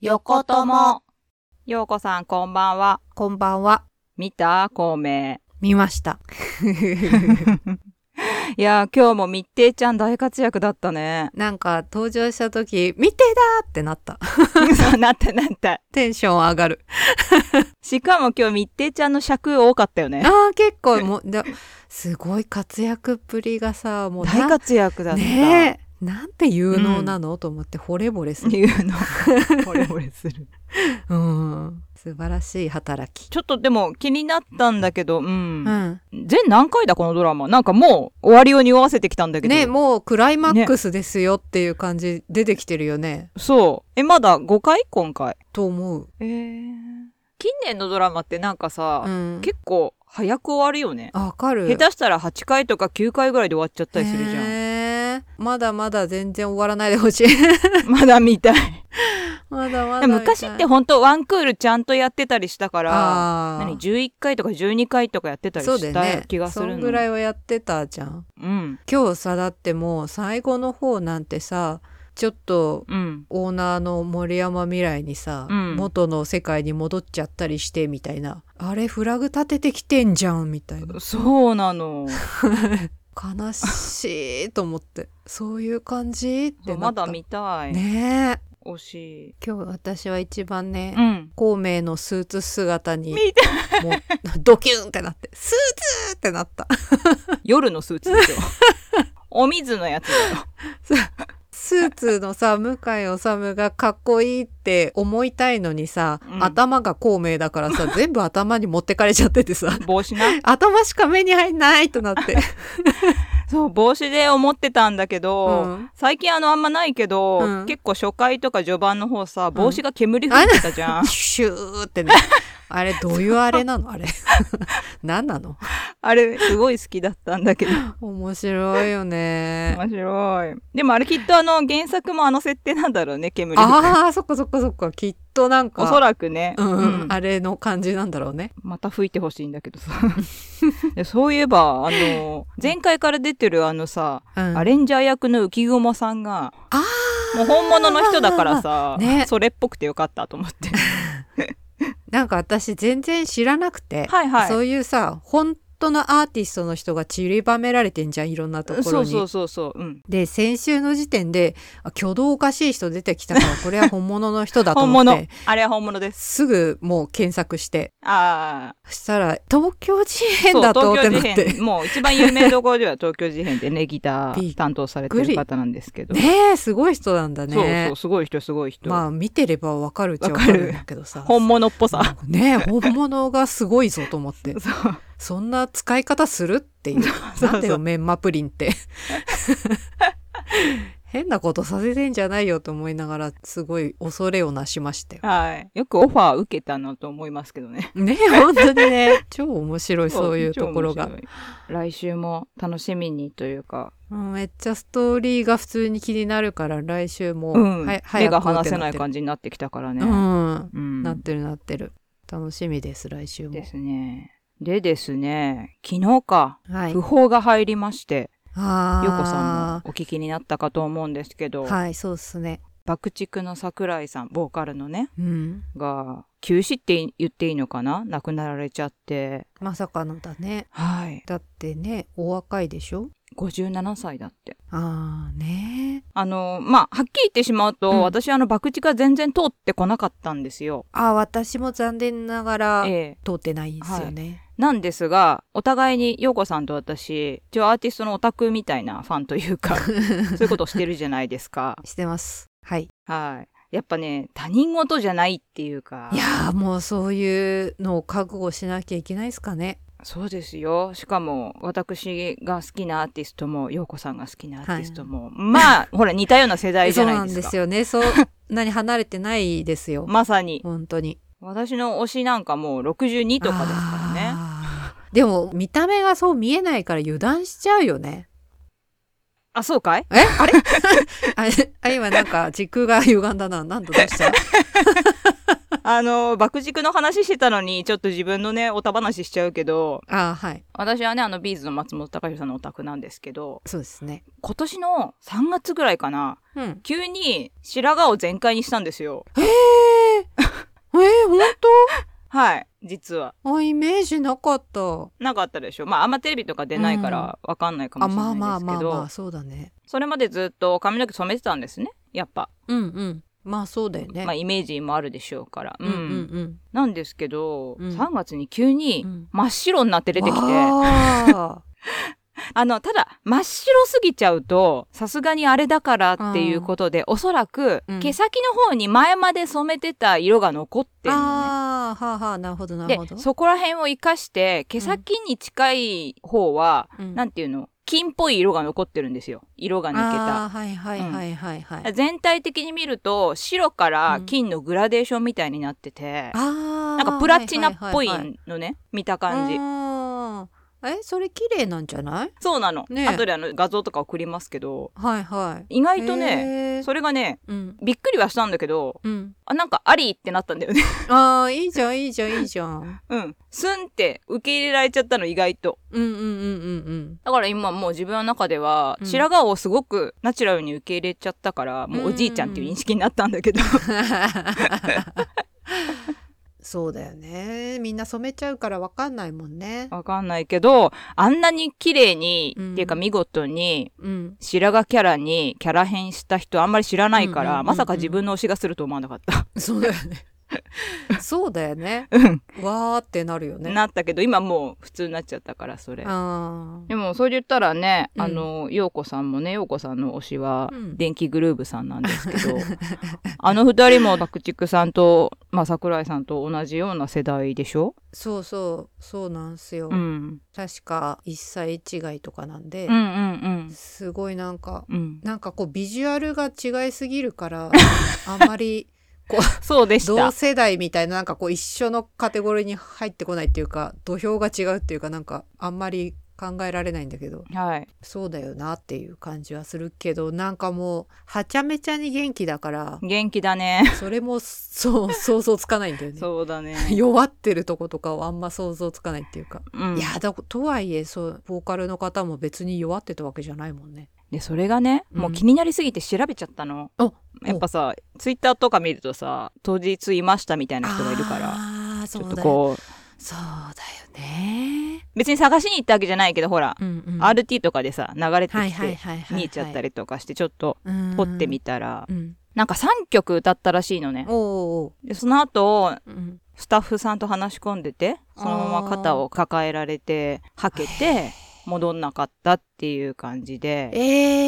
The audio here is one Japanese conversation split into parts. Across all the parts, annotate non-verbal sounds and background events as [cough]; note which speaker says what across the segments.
Speaker 1: 横友。
Speaker 2: ようこさん、こんばんは。
Speaker 1: こんばんは。
Speaker 2: 見た孔明。
Speaker 1: 見ました。。
Speaker 2: いやー、今日も密偵ちゃん大活躍だったね [laughs]
Speaker 1: なんか登場した時、見てだーってなった。 [laughs]
Speaker 2: そうなったなった。
Speaker 1: テンション上がる。
Speaker 2: しかも今日密偵ちゃんの尺多かったよね。
Speaker 1: ああ、結構もう、ですごい活躍っぷりがさ、もう
Speaker 2: 大
Speaker 1: な
Speaker 2: 活躍だった。
Speaker 1: ねえ。なんて有能なの、と思って惚れ惚れする。
Speaker 2: いう
Speaker 1: [laughs]
Speaker 2: のを惚れ惚れする。
Speaker 1: うん。素晴らしい働き。
Speaker 2: ちょっとでも気になったんだけど、うん。
Speaker 1: うん。
Speaker 2: 全何回だこのドラマ。なんかもう終わりを匂わせてきたんだけど。
Speaker 1: ね、もうクライマックスですよっていう感じ出てきてるよね。
Speaker 2: そう。え、まだ5回今回。
Speaker 1: と思う。
Speaker 2: え近年のドラマってなんかさ、
Speaker 1: うん。
Speaker 2: 結構早く終わるよね。
Speaker 1: あわかる。
Speaker 2: 下手したら8回とか9回ぐらいで終わっちゃったりするじゃ
Speaker 1: へーまだまだ全然終わらないでほしい。 [laughs]
Speaker 2: ん。まだ見たい。
Speaker 1: まだまだ。
Speaker 2: 昔って本当ワンクールちゃんとやってたりしたから、
Speaker 1: あー
Speaker 2: 何、11回とか12回とかやってたり
Speaker 1: そうだ
Speaker 2: し
Speaker 1: よ
Speaker 2: た
Speaker 1: ね。
Speaker 2: 気がする
Speaker 1: そ
Speaker 2: の。
Speaker 1: んぐらいはやってたじゃん。
Speaker 2: うん。
Speaker 1: 今日さ、だってもう最後の方なんてさ、ちょっと、
Speaker 2: うん。
Speaker 1: オーナーの森山未来にさ、
Speaker 2: うん
Speaker 1: 元の世界に戻っちゃったりしてみたいなあれフラグ立ててきてんじゃんみたいな
Speaker 2: そうなの。
Speaker 1: 悲しいと思ってそういう感じってな
Speaker 2: ま
Speaker 1: った
Speaker 2: だ見たい。
Speaker 1: ねえ
Speaker 2: 惜しい。
Speaker 1: 今日私は一番ね、
Speaker 2: うん。
Speaker 1: 孔明のスーツ姿に
Speaker 2: 見
Speaker 1: もう
Speaker 2: た
Speaker 1: ドキュンってなってスーツってなった
Speaker 2: 夜のスーツです
Speaker 1: [laughs]
Speaker 2: よ。お水のやつだよ。
Speaker 1: スーツのさ向井治がかっこいいって思いたいのにさ、
Speaker 2: うん
Speaker 1: 頭が孔明だから
Speaker 2: [laughs]
Speaker 1: さ全部頭に持ってかれちゃっててさ
Speaker 2: 帽子な。
Speaker 1: 頭しか目に入んないとな
Speaker 2: [laughs]
Speaker 1: って、
Speaker 2: そう、帽子で思ってたんだけ
Speaker 1: う
Speaker 2: ど、
Speaker 1: ん、
Speaker 2: 最近あのあんまないけど、
Speaker 1: うん
Speaker 2: 結構初回とか序盤の方さ、帽子が煙吹いてたじゃん。
Speaker 1: シューってねあれどういうあれなのあれ [laughs] 何なの
Speaker 2: あれ、すごい好きだったんだけど。
Speaker 1: 面白いよね
Speaker 2: [laughs] 面白い。でもあれきっとあの原作もあの設定なんだろうね、煙吹く。
Speaker 1: あーそっかそっかそっかきっとなんか
Speaker 2: おそらくね。
Speaker 1: うん
Speaker 2: う
Speaker 1: うんん、あれの感じなんだろうね
Speaker 2: また吹いてほしいんだけどさ。 [laughs] でそういえば、あの、前回から出てるあのさ、
Speaker 1: うん
Speaker 2: アレンジャー役の浮雲さんが、
Speaker 1: あー
Speaker 2: もう本物の人だからさ、
Speaker 1: ね
Speaker 2: それっぽくてよかったと思
Speaker 1: [laughs]
Speaker 2: って。
Speaker 1: なんか私全然知らなくて、
Speaker 2: はいはい
Speaker 1: そういうさ本当のアーティストの人が散りばめられてんじゃんいろんなところに。
Speaker 2: そうそうそうそう。うん。
Speaker 1: で先週の時点であ挙動おかしい人出てきたからこれは本物の人だと
Speaker 2: 本
Speaker 1: 思っ
Speaker 2: 物
Speaker 1: て。
Speaker 2: あれは本物です。
Speaker 1: すぐもう検索して
Speaker 2: ああ。
Speaker 1: そしたら東京事変だ
Speaker 2: そ
Speaker 1: と
Speaker 2: う
Speaker 1: っ
Speaker 2: 東
Speaker 1: て
Speaker 2: 京
Speaker 1: な
Speaker 2: 事
Speaker 1: っ
Speaker 2: 変
Speaker 1: て。
Speaker 2: もう一番有名どころでは東京事変でね、ギタ
Speaker 1: [laughs] びっく
Speaker 2: ー
Speaker 1: り
Speaker 2: 担当されてる方なんですけど。
Speaker 1: [laughs] ねえすごい人なんだ
Speaker 2: そう
Speaker 1: ね。
Speaker 2: そう、すごい人、すごい人。
Speaker 1: まあ見てればわかるっちゃわ
Speaker 2: わ
Speaker 1: か
Speaker 2: かる
Speaker 1: るんだけどさ。
Speaker 2: 本物っぽさ。
Speaker 1: なんかねえ本物がすごいぞと思って
Speaker 2: [laughs] そう。
Speaker 1: そんな使い方するっていう
Speaker 2: [laughs] そう
Speaker 1: なんだよメンマプリンって [laughs] 変なことさせてんじゃないよと思いながらすごい恐れをなし
Speaker 2: [laughs]
Speaker 1: ましたよ。
Speaker 2: はい。よくオファー受けたなと思いますけどね。
Speaker 1: ね本当にね超面白い [laughs] そういうところが
Speaker 2: 超、面白い。来週も楽しみにというか、
Speaker 1: うんめっちゃストーリーが普通に気になるから来週も、
Speaker 2: うん。
Speaker 1: は
Speaker 2: 目が離せない
Speaker 1: じ
Speaker 2: 感じになってきたからね。
Speaker 1: うん、
Speaker 2: うん
Speaker 1: なってるなってる楽しみです来週も
Speaker 2: で。すね。でですね、昨日か、
Speaker 1: はい、
Speaker 2: 訃報が入りまして、
Speaker 1: あ
Speaker 2: よ
Speaker 1: ー
Speaker 2: うこさんもお聞きになったかと思うんですけど、
Speaker 1: はいそうっすね。
Speaker 2: 爆竹の桜井さん、ボーカルのね、
Speaker 1: うん、
Speaker 2: が、休止って言っていいのかな亡くなられちゃって。
Speaker 1: まさかのだね。
Speaker 2: はい。
Speaker 1: だってねお若いでしょ
Speaker 2: 57歳だって。
Speaker 1: あーね
Speaker 2: あの、まあ、はっきり言ってしまうと、
Speaker 1: うん
Speaker 2: 私あの、爆竹は全然通ってこなかったんですよ。
Speaker 1: あ私も残念ながら
Speaker 2: ええ。
Speaker 1: 通ってないんですよね。
Speaker 2: なんですが、お互いに、陽子さんと私、一応アーティストのオタクみたいなファンというか、そういうことをしてるじゃないですか。
Speaker 1: してます。はい。
Speaker 2: はい。やっぱね、他人事じゃないっていうか
Speaker 1: い、やーもうそういうのを覚悟しなきゃいけないですかね。
Speaker 2: そうですよ。しかも、私が好きなアーティストも、陽子さんが好きなアーティストも、まあ、ほら、似たような世代じ
Speaker 1: そ
Speaker 2: ゃ
Speaker 1: う
Speaker 2: な
Speaker 1: ないん
Speaker 2: で
Speaker 1: です
Speaker 2: か。
Speaker 1: すよね。そん [laughs] なに離れてないですよ。
Speaker 2: まさに。
Speaker 1: 本当に。
Speaker 2: 私の推しなんかもう62とかですからね。
Speaker 1: あーでも見た目がそう見えないから油断しちゃうよね。
Speaker 2: あ、そうかい [laughs]
Speaker 1: えあれ
Speaker 2: [laughs]
Speaker 1: ああ今なんか時空が歪んだな。なんだどうした
Speaker 2: あの、爆軸の話してたのに、ちょっと自分のね、おた話しちゃうけど、
Speaker 1: ああ、はい。
Speaker 2: 私はね、あの、ビーズの松本隆弘さんのお宅なんですけど、
Speaker 1: そうですね。
Speaker 2: 今年の3月ぐらいかな、
Speaker 1: うん。
Speaker 2: 急に白髪を全開にしたんですよ。
Speaker 1: えー、えー、ほん
Speaker 2: はい、実は。
Speaker 1: とあ、イメージなかった。
Speaker 2: なんかあったでしょまあ、あんまテレビとか出ないからわかんないかも
Speaker 1: あ、
Speaker 2: しれ
Speaker 1: まあま
Speaker 2: な
Speaker 1: あ
Speaker 2: いです
Speaker 1: ま
Speaker 2: け
Speaker 1: あま
Speaker 2: ど
Speaker 1: あ、、そうだね。
Speaker 2: それまでずっと髪の毛染めてたんですね。やっぱ。
Speaker 1: うんうん。まあそうだよね。
Speaker 2: まあ、イメージもあるでしょうから。
Speaker 1: うんうん
Speaker 2: なんですけど、
Speaker 1: うん
Speaker 2: 3月に急に
Speaker 1: うん。うん
Speaker 2: 真っ白になって出てきて、 [laughs]
Speaker 1: あ
Speaker 2: あの、ただ、真っ白すぎちゃうと、さすがにあれだからっていうことで、おそらく、
Speaker 1: うん
Speaker 2: 毛先の方に前まで染めてた色が残って
Speaker 1: ー
Speaker 2: るのね。
Speaker 1: あー、はあはあ、なるほどなるほど。
Speaker 2: で、そこら辺を生かして、毛先に近い方は、
Speaker 1: うん
Speaker 2: なんていうの金っぽい色が残ってるんですよ。色が抜け
Speaker 1: あー
Speaker 2: た。
Speaker 1: はいはいはいはいはい。
Speaker 2: 全体的に見ると、白から金のグラデーションみたいになってて、
Speaker 1: あー
Speaker 2: なんかプラチナっぽい
Speaker 1: ははは
Speaker 2: のね、見た
Speaker 1: は
Speaker 2: 感じ。
Speaker 1: いうんえ、それ綺麗なんじゃない
Speaker 2: そうなの。
Speaker 1: ねえ
Speaker 2: 後であの画像とか送りますけど、
Speaker 1: はいはい。
Speaker 2: 意外とね、
Speaker 1: へー
Speaker 2: それがね、
Speaker 1: うん。
Speaker 2: びっくりはしたんだけど、
Speaker 1: うん。
Speaker 2: あ、なんかありってなったんだよね。 [laughs]
Speaker 1: ああ、いいじゃんいいじゃんいいじゃん。
Speaker 2: うん。すんって受け入れられちゃったの意外と。
Speaker 1: うんうんうんうんうん。
Speaker 2: だから今もう自分の中では、
Speaker 1: うん
Speaker 2: 白髪をすごくナチュラルに受け入れちゃったから、もうおじいちゃんっていう認識になったんだけど。 [laughs]
Speaker 1: [laughs] そうだよね。みんな染めちゃうからわかんないもんね。
Speaker 2: わかんないけど、あんなに綺麗に、
Speaker 1: うん
Speaker 2: っていうか見事に、
Speaker 1: うん。
Speaker 2: 白髪キャラにキャラ変した人あんまり知らないから、
Speaker 1: うんうんうんうん
Speaker 2: まさか自分の推しがすると思わなかった。
Speaker 1: そうだよね。そうだよね。
Speaker 2: うん。
Speaker 1: わーってなるよね。
Speaker 2: なったけど、今もう普通になっちゃったから、それ。
Speaker 1: あー
Speaker 2: でも、それで言ったらね、
Speaker 1: うん
Speaker 2: あの、陽子さんもね、陽子さんの推しは
Speaker 1: う、ん
Speaker 2: 電気グルーブさんなんですけ
Speaker 1: [laughs]
Speaker 2: ど、あの二人も爆竹さんと、まあ、桜井さんと同じような世代でしょ
Speaker 1: そうそうそうなんすよ、
Speaker 2: うん。
Speaker 1: 確か1歳違いとかなんで
Speaker 2: うんう、ん
Speaker 1: すごいなんか
Speaker 2: うん。うん。
Speaker 1: なんかこうビジュアルが違いすぎるから
Speaker 2: [laughs]
Speaker 1: あんまり
Speaker 2: そうでし
Speaker 1: 同
Speaker 2: た。
Speaker 1: 世代みたいななんかこう一緒のカテゴリーに入ってこないっていうか土俵が違うっていうかなんかあんまり考えられないんだけど
Speaker 2: はい。
Speaker 1: そうだよなっていう感じはするけどなんかもうはちゃめちゃに元気だから
Speaker 2: 元気だね。
Speaker 1: それもそう想像つかないんだよね。
Speaker 2: そうだね。
Speaker 1: 弱ってるとことかはあんま想像つかないっていうか、
Speaker 2: うん
Speaker 1: い。やだとはいえそうボーカルの方も別に弱ってたわけじゃないもんね
Speaker 2: で、それがね、
Speaker 1: うん
Speaker 2: もう気になりすぎて調べちゃったの。
Speaker 1: お
Speaker 2: やっぱさ、ツイッターとか見るとさ、当日いましたみたいな人がいるから、
Speaker 1: あー
Speaker 2: ち
Speaker 1: そ
Speaker 2: ょっ
Speaker 1: う
Speaker 2: と
Speaker 1: だよ
Speaker 2: こう、
Speaker 1: そうだよね、
Speaker 2: 別に探しに行ったわけじゃないけど、ほら、
Speaker 1: うんうん、
Speaker 2: RT とかでさ、流れて
Speaker 1: はい
Speaker 2: き
Speaker 1: は
Speaker 2: て、
Speaker 1: いはいはい
Speaker 2: 見えちゃったりとかして、ちょっと
Speaker 1: うん
Speaker 2: 掘ってみたら、
Speaker 1: うん
Speaker 2: なんか3曲歌ったらしいのね
Speaker 1: お。うおう
Speaker 2: で、その後、
Speaker 1: おう、うん、
Speaker 2: スタッフさんと話し込んでて、そのまま肩を抱えられて、はけて、戻んなかったっていう感じで、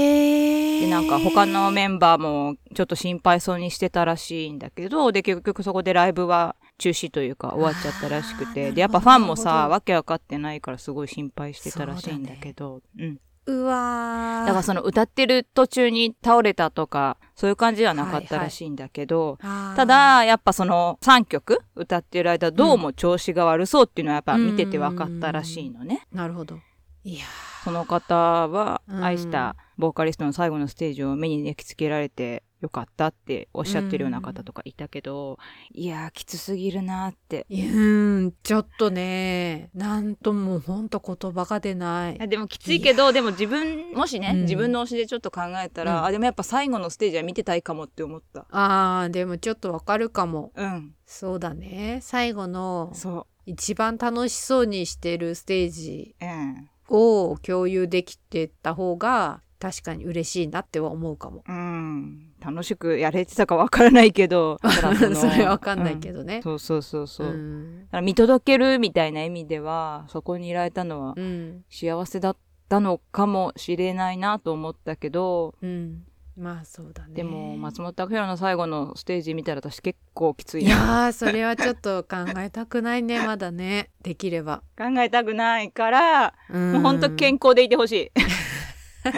Speaker 1: え
Speaker 2: で、
Speaker 1: ー、
Speaker 2: なんか他のメンバーもちょっと心配そうにしてたらしいんだけど、で、結局そこでライブは中止というか終わっちゃったらしく
Speaker 1: あ
Speaker 2: て、
Speaker 1: ー
Speaker 2: で、やっぱファンも
Speaker 1: なるほ
Speaker 2: さ、
Speaker 1: ど
Speaker 2: わけわかってないからすごい心配してたらしいんだけど、うん。
Speaker 1: うわー
Speaker 2: だからその歌ってる途中に倒れたとか、そういう感じではなかったらしいんだけど、
Speaker 1: あー
Speaker 2: ただ、やっぱその3曲歌ってる間、どうも調子が悪そうっていうのはやっぱ見てて分かったらしいのね。
Speaker 1: なるほどいや
Speaker 2: その方は
Speaker 1: うん
Speaker 2: 愛したボーカリストの最後のステージを目に焼き付けられてよかったっておっしゃってるような方とかいたけど、いやー、きつすぎるなーって。
Speaker 1: ーうんちょっとねなんともうほんと言葉が出ない
Speaker 2: でもきついけど、でも自分、もしね、
Speaker 1: うん
Speaker 2: 自分の推しでちょっと考えたら、
Speaker 1: うん
Speaker 2: あ、でもやっぱ最後のステージは見てたいかもって思った。
Speaker 1: あーでもちょっとわかるかも
Speaker 2: うん、
Speaker 1: そうだね最後の
Speaker 2: そ
Speaker 1: 一番楽しそうにしてるステージ
Speaker 2: う。うん。
Speaker 1: を共有できてた方が確かに嬉しいなっては思うかも。
Speaker 2: うん。楽しくやれてたかわからないけ
Speaker 1: [laughs]
Speaker 2: ど、ただ
Speaker 1: そ
Speaker 2: の
Speaker 1: れはわかんないけど
Speaker 2: う
Speaker 1: ね
Speaker 2: ん。そうそうそうそうう。だ
Speaker 1: ん
Speaker 2: から見届けるみたいな意味では、そこにいられたのは
Speaker 1: うん
Speaker 2: 幸せだったのかもしれないなと思ったけど、
Speaker 1: うんまあそうだね。
Speaker 2: でも松本拓哉の最後のステージ見たら私結構きつい
Speaker 1: い
Speaker 2: な。
Speaker 1: やーそれはちょっと考えたくないねまだねできれば。
Speaker 2: 考えたくないから、も
Speaker 1: も
Speaker 2: うほんと健康でいてほしい。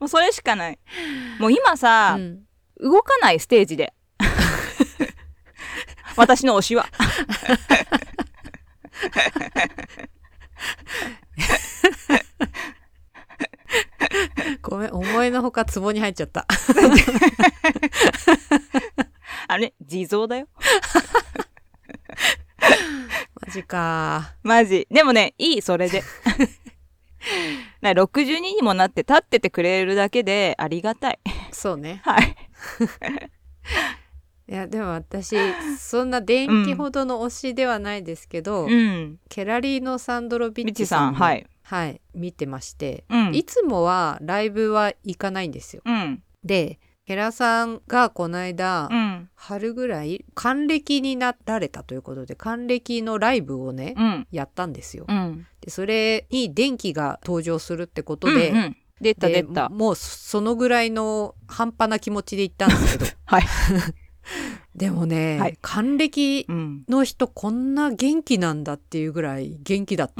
Speaker 2: もうそれしかない。もう今さ、
Speaker 1: うん
Speaker 2: 動かないステージで。 [laughs] 私の推しは。
Speaker 1: ごめん思いのほか [laughs] 壺に入っちゃった。
Speaker 2: あれね、地蔵だよ。
Speaker 1: か。
Speaker 2: マジ。でもね、いい、それで。な62にもなって立っててくれるだけでありがたい。
Speaker 1: そうね。
Speaker 2: はい。
Speaker 1: いや、でも
Speaker 2: [laughs]
Speaker 1: 私、そんな電気ほどの推しではないですけど、
Speaker 2: うん。
Speaker 1: ケラリーノ・サンドロビ
Speaker 2: み
Speaker 1: ッ
Speaker 2: ち
Speaker 1: チ
Speaker 2: さ
Speaker 1: さ
Speaker 2: ん、
Speaker 1: ん、
Speaker 2: は。い。
Speaker 1: はい、見てまして、
Speaker 2: うん。
Speaker 1: いつもはライブは行かないんですよ。
Speaker 2: うん。
Speaker 1: で、ケラさんがこの間、
Speaker 2: うん。
Speaker 1: 春ぐらい、還暦になられたということで、還暦のライブをね、
Speaker 2: うん。
Speaker 1: やったんですよ
Speaker 2: う。ん。
Speaker 1: で、それに電気が登場するってことで、
Speaker 2: うんうん出た
Speaker 1: で
Speaker 2: 出た。
Speaker 1: もうそのぐらいの半端な気持ちで行ったんですけど
Speaker 2: [laughs] はい
Speaker 1: [laughs] でもね、
Speaker 2: はい
Speaker 1: 還暦
Speaker 2: うん。
Speaker 1: の人こんな元気なんだっていうぐらい元気だっ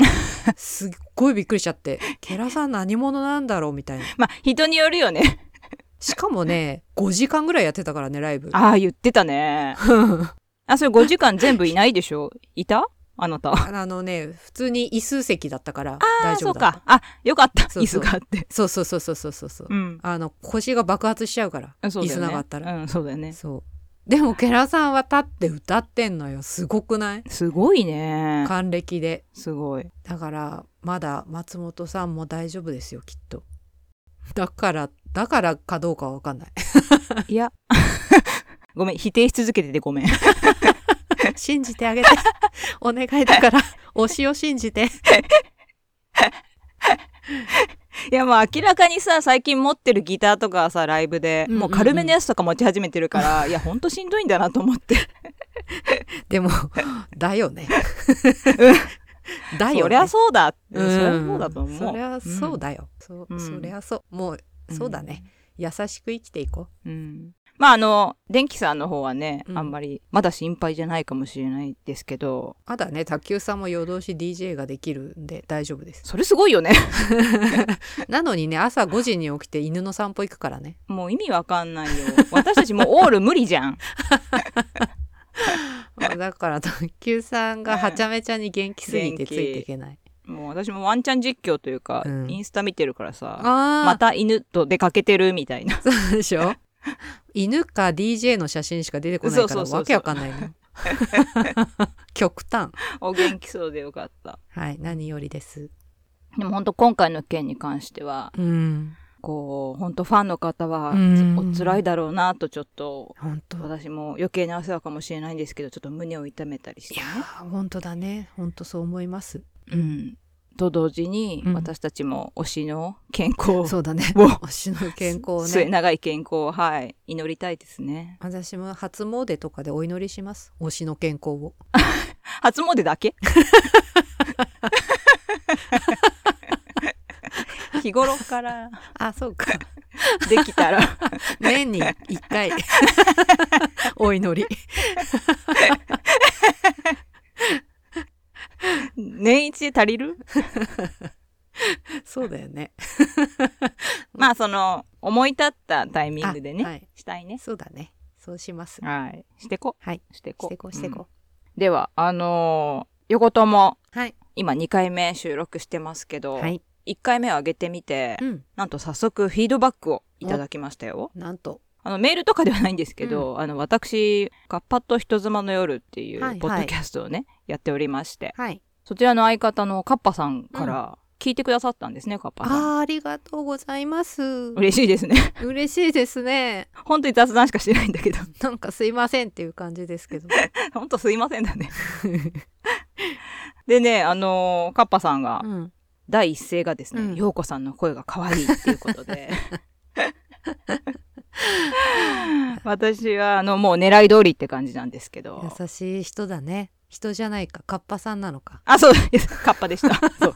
Speaker 1: た
Speaker 2: [laughs]
Speaker 1: すっごいびっくりしちゃってケラさん何者なんだろうみたいな
Speaker 2: まあ、人によるよね。
Speaker 1: しかもね5時間ぐらいやってたからねライブ
Speaker 2: ああ、言ってたね。 [laughs] あ、それ5時間全部いないでしょいたあなた。あ
Speaker 1: あのね普通に椅子席だったから大
Speaker 2: あ、
Speaker 1: 丈
Speaker 2: そ
Speaker 1: 夫
Speaker 2: う
Speaker 1: だ
Speaker 2: か。あ、よかった。
Speaker 1: そうそう
Speaker 2: 椅子があって。
Speaker 1: そうそうそうそうそうそうそう
Speaker 2: うん。
Speaker 1: あの腰が爆発しちゃうから
Speaker 2: そう
Speaker 1: 椅
Speaker 2: だよ
Speaker 1: 子
Speaker 2: ね。
Speaker 1: なかったら、
Speaker 2: うん、そうだよね。
Speaker 1: そうでもケラさんは立って歌ってんのよすごくない
Speaker 2: すごいね。
Speaker 1: 還暦です
Speaker 2: ご
Speaker 1: [laughs]
Speaker 2: い。
Speaker 1: だからまだ松本さんも大丈夫ですよきっとだからだからかどうかは分かん
Speaker 2: [laughs]
Speaker 1: ない
Speaker 2: いや。 [laughs] ごめん、否定し続けててごめん。
Speaker 1: 信じてあげて [laughs] お願いだから推しを信じて
Speaker 2: いやもう明らかにさ最近持ってるギターとかさライブで、
Speaker 1: うんうんう
Speaker 2: も
Speaker 1: ん
Speaker 2: う軽めのやつとか持ち始めてるからいやほんとしんどいんだなと思って
Speaker 1: で
Speaker 2: [laughs]
Speaker 1: もだよね [laughs] だよね
Speaker 2: そりゃそうだって、
Speaker 1: ん
Speaker 2: そりゃそうだと思う
Speaker 1: そりゃそう、だよ、そ
Speaker 2: うん
Speaker 1: そりゃそうもう
Speaker 2: うん
Speaker 1: そうだね、優しく生きていこ
Speaker 2: うんまああの電気さんの方はね、
Speaker 1: うん
Speaker 2: あんまりまだ心配じゃないかもしれないですけど
Speaker 1: うまだね卓球さんも夜通し DJ ができるんで大丈夫です
Speaker 2: それすごいよね [laughs]
Speaker 1: なのにね朝5時に起きて犬の散歩行くか
Speaker 2: [laughs]
Speaker 1: らね
Speaker 2: もう意味わかんないよ私たちもうオール無理じ
Speaker 1: [laughs]
Speaker 2: ゃん
Speaker 1: だから卓球さんがはちゃめちゃに元気すぎてついていけない
Speaker 2: もう私もワンチャン実況というか、
Speaker 1: うん
Speaker 2: インスタ見てるからさま
Speaker 1: あ
Speaker 2: た犬と出かけてるみたいな [laughs]
Speaker 1: あそうでしょ犬か DJ の写真しか出てこない
Speaker 2: そ
Speaker 1: か
Speaker 2: うそうそうそう
Speaker 1: らわけわかんないの
Speaker 2: [laughs]
Speaker 1: 極端
Speaker 2: お元気そうでよかった
Speaker 1: はい何よりです
Speaker 2: でも本当今回の件に関しては
Speaker 1: うん
Speaker 2: こう、本当ファンの方は、
Speaker 1: うん
Speaker 2: お辛いだろうなと、ちょっと、
Speaker 1: 本当い
Speaker 2: 私も余計なお世話かもしれないんですけど、ちょっと胸を痛めたりして、ね
Speaker 1: や。ー本当だね本当そう思います
Speaker 2: うん。と同時に、
Speaker 1: うん
Speaker 2: 私たちも推しの健康、
Speaker 1: そうだね
Speaker 2: お
Speaker 1: 推しの健康
Speaker 2: [laughs]
Speaker 1: を
Speaker 2: 末
Speaker 1: ね
Speaker 2: 長い健康を、はい、祈りたいですね。
Speaker 1: 私も初詣とかでお祈りします推しの健康を
Speaker 2: 初詣だ [laughs] け日頃から
Speaker 1: あそうか
Speaker 2: できたら、
Speaker 1: 年に一回 [laughs] お祈
Speaker 2: [laughs]
Speaker 1: り
Speaker 2: 年一で足りる
Speaker 1: そうだよね
Speaker 2: まあ、その、思い立ったタイミングで
Speaker 1: あは
Speaker 2: ね、
Speaker 1: い、
Speaker 2: したいね。
Speaker 1: そうだねそうします
Speaker 2: はい。してこ。
Speaker 1: はい。
Speaker 2: してこ。
Speaker 1: してこうしてこ
Speaker 2: うんでは、あのー横友、
Speaker 1: う、はい
Speaker 2: 今2回目収録してますけど、
Speaker 1: はい
Speaker 2: 1回目を上げてみて、
Speaker 1: うん
Speaker 2: なんと早速フィードバックをいただきましたよ。
Speaker 1: なんと
Speaker 2: あの、メールとかではないんですけど、あの、私、カッパと人妻の夜ってい
Speaker 1: はいは
Speaker 2: う、
Speaker 1: い
Speaker 2: ポッドキャストをね、やっておりまして、
Speaker 1: はい
Speaker 2: そちらの相方のカッパさんから聞いてくださったんですね、カッパさん。
Speaker 1: あーありがとうございます
Speaker 2: 嬉しいですね。 [laughs]
Speaker 1: 嬉しいですね
Speaker 2: 本当に雑談しかしてないんだ
Speaker 1: [laughs]
Speaker 2: けど、
Speaker 1: なんかすいませんっていう感じですけど
Speaker 2: 本当すいません
Speaker 1: [laughs]
Speaker 2: だね。でね、あのーカッパさんが、
Speaker 1: うん
Speaker 2: 第一声がですね、
Speaker 1: うん
Speaker 2: 陽子さんの声が可愛いっていうこと
Speaker 1: [laughs]
Speaker 2: で。私はあのもう狙い通りって感じなんですけど。
Speaker 1: 優しい人だね人じゃないかカッパさんなのか
Speaker 2: あ、そう [laughs] です。カッパでし
Speaker 1: [laughs]
Speaker 2: た。そ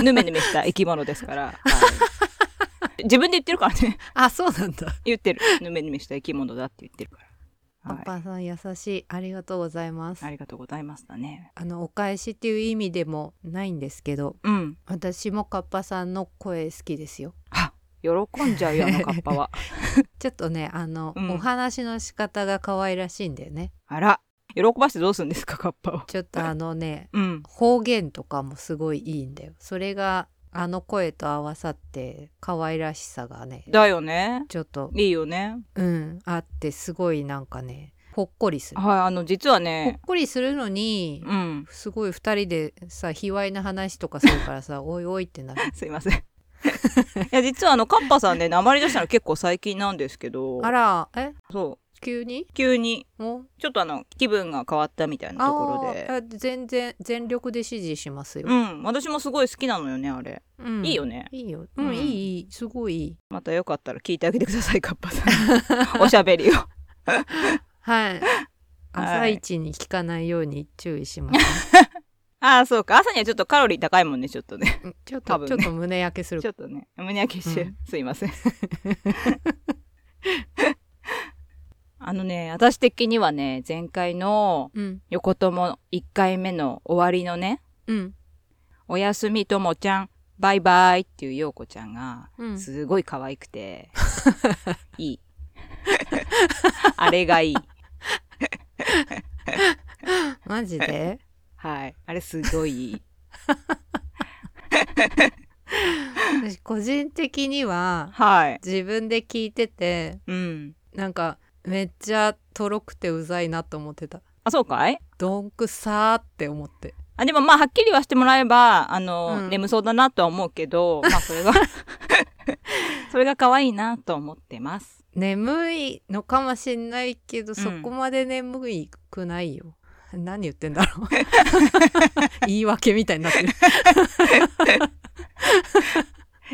Speaker 2: う。ぬめぬめした生き物ですから。はい自分で言ってるからね。 [laughs]
Speaker 1: あそうなんだ、
Speaker 2: 言ってる。ぬめぬめした生き物だって言ってるから。はい
Speaker 1: [laughs] カッパさん優しいありがとうございます、
Speaker 2: ありがとうございましたね。
Speaker 1: あのお返しっていう意味でもないんですけど
Speaker 2: うん。
Speaker 1: 私もカッパさんの声好きですよ
Speaker 2: あ、喜んじゃうよ、あのカッパは。
Speaker 1: [laughs] ちょっとねあの、
Speaker 2: うん
Speaker 1: お話の仕方が可愛らしいんだよね
Speaker 2: あら。喜ばしてどうするんですか、カッパを。
Speaker 1: ちょっとあのね
Speaker 2: うん。
Speaker 1: 方言とかもすごいいいんだよそれがあの声と合わさって可愛らしさがね
Speaker 2: だよね。
Speaker 1: ちょっと
Speaker 2: いいよね。
Speaker 1: うんあってすごいなんかねほっこりする。
Speaker 2: はい、あの、実は
Speaker 1: ほっ
Speaker 2: ね、
Speaker 1: こりするのに、
Speaker 2: うん。
Speaker 1: すごい2人でさ卑猥な話とかするからさ
Speaker 2: [laughs]
Speaker 1: おいおいってなる
Speaker 2: すいませ [laughs] ん。いや、実はあの、カッパさんね、鉛出したの結構最近なんですけど、
Speaker 1: あらえ
Speaker 2: そ
Speaker 1: 急に
Speaker 2: う、急に、
Speaker 1: も
Speaker 2: ちょっとあの、気分が変わったみたいな
Speaker 1: あ
Speaker 2: ところで。
Speaker 1: ーあ全然全力で支持しますよ
Speaker 2: う、ん、私もすごい好きなのよね、あれ。
Speaker 1: うん
Speaker 2: いいよね。
Speaker 1: いいようん、
Speaker 2: うん
Speaker 1: いいいいすごいいい
Speaker 2: またよかったら聞いてあげてください、カッパさん。おしゃべりを。
Speaker 1: はい朝一に聞かないように注意し
Speaker 2: [laughs]
Speaker 1: ます、
Speaker 2: ああ、そうか。朝にはちょっとカロリー高いもんね、ちょっとね。
Speaker 1: うんちょっ
Speaker 2: 多
Speaker 1: と、
Speaker 2: 分
Speaker 1: [laughs] ちょ
Speaker 2: ね
Speaker 1: っと胸焼けする
Speaker 2: ちょっとね、胸焼けしてる、
Speaker 1: うん
Speaker 2: すいません。あのね、私的にはね、前回の
Speaker 1: うん
Speaker 2: 横友1回目の終わりのね、
Speaker 1: うん
Speaker 2: おやすみともちゃん、バイバイっていうようこちゃんが、
Speaker 1: うん
Speaker 2: すごい可愛くて、いい。あれがいい。
Speaker 1: マジで
Speaker 2: はい。あれすごいいい。
Speaker 1: 私個人的には
Speaker 2: はい。
Speaker 1: 自分で聞いてて
Speaker 2: うん。
Speaker 1: なんかめっちゃとろくてうざいなと思ってた
Speaker 2: あ、そうかい
Speaker 1: どんくさーって思って
Speaker 2: あ、でもまあ、はっきりはしてもらえば、あの、
Speaker 1: うん
Speaker 2: 眠そうだなとは思うけど、まあ、それが、 [laughs] それが可愛いなと思ってます。
Speaker 1: 眠いのかもしんないけど、そこまで眠いくないよ何言ってん
Speaker 2: [laughs]
Speaker 1: だろう言い訳みたいになってる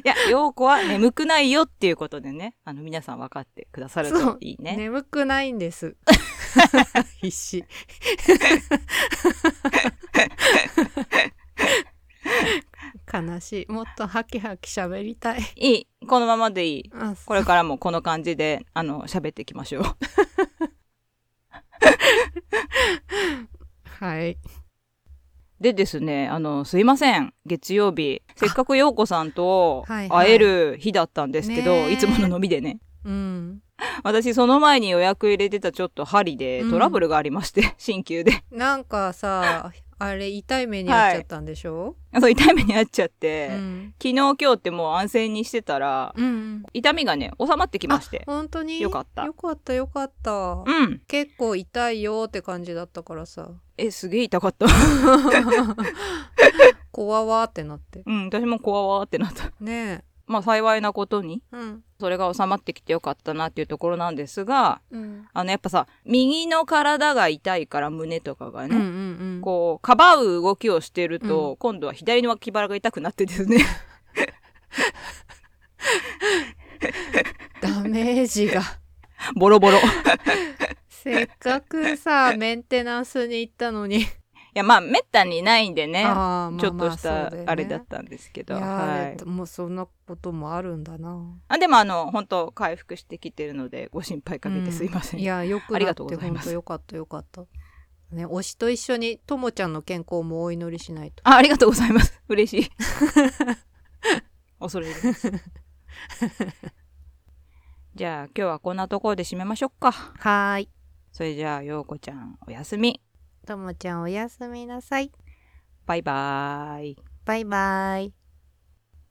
Speaker 2: いや、陽子は眠くないよっていうことでね、あの、皆さん分かってくださる
Speaker 1: そ
Speaker 2: と
Speaker 1: う
Speaker 2: いいね。
Speaker 1: 眠くないんです
Speaker 2: [laughs]
Speaker 1: 必死悲しいもっとハキハキ喋りたい
Speaker 2: いい。このままでいい。
Speaker 1: あ
Speaker 2: これからもこの感じで、あの、喋っていきましょう。
Speaker 1: はい
Speaker 2: でですね、あの、すいません。月曜日、せっかく陽子さんと
Speaker 1: はいはい
Speaker 2: 会える日だったんですけど、
Speaker 1: ねえ
Speaker 2: いつもの飲みでね。
Speaker 1: うん
Speaker 2: 私、その前に予約入れてたちょっと針で
Speaker 1: うん
Speaker 2: トラブルがありまして、新旧で。
Speaker 1: なんかさあれ痛い目に遭っちゃったんでしょ、
Speaker 2: そう、痛い目に遭っちゃって、
Speaker 1: うん
Speaker 2: 昨日今日ってもう安静にしてたら、
Speaker 1: うんうん
Speaker 2: 痛みがね、収まってきまして。
Speaker 1: 本当に
Speaker 2: よかった
Speaker 1: よかったよかった
Speaker 2: うん。
Speaker 1: 結構痛いよって感じだったからさ
Speaker 2: え、すげえ痛かった。
Speaker 1: 怖わーってなって
Speaker 2: うん、私も怖わーってなった。
Speaker 1: ね
Speaker 2: まあ、幸いなことに、
Speaker 1: えうん
Speaker 2: それが収まってきてよかったなっていうところなんですが、
Speaker 1: うん
Speaker 2: あの、やっぱさ、右の体が痛いから胸とかが
Speaker 1: うんうんう
Speaker 2: ね、
Speaker 1: ん
Speaker 2: こう、かばう動きをしてると、
Speaker 1: う
Speaker 2: 今度は左の脇腹が痛くなってですね、 [laughs]
Speaker 1: ダメージが
Speaker 2: ボロボロ。い
Speaker 1: せっかく
Speaker 2: [laughs]
Speaker 1: さメンテナンスに行ったのに
Speaker 2: や、まあ、めったにないんでね、
Speaker 1: あーまあまあ
Speaker 2: ちょっとし
Speaker 1: そう
Speaker 2: た
Speaker 1: よね
Speaker 2: あれだったんですけ
Speaker 1: い
Speaker 2: ど、
Speaker 1: やー、
Speaker 2: はい。
Speaker 1: もうそんなこともあるんだな
Speaker 2: あでもあの本当回復してきてるのでご心配かけてすいません、
Speaker 1: いやよく
Speaker 2: あり
Speaker 1: な
Speaker 2: が
Speaker 1: っ
Speaker 2: とう
Speaker 1: て
Speaker 2: ござい
Speaker 1: 本
Speaker 2: ます
Speaker 1: 当よかったよかったね推しと一緒にともちゃんの健康もお祈りしないと
Speaker 2: あありがとうございます嬉しい恐れ入ります
Speaker 1: [laughs]
Speaker 2: じゃあ今日はこんなところで締めましょうか
Speaker 1: はーい
Speaker 2: それじゃあようこちゃんおやすみ
Speaker 1: ともちゃんおやすみなさい
Speaker 2: バイバーイ
Speaker 1: バイバイ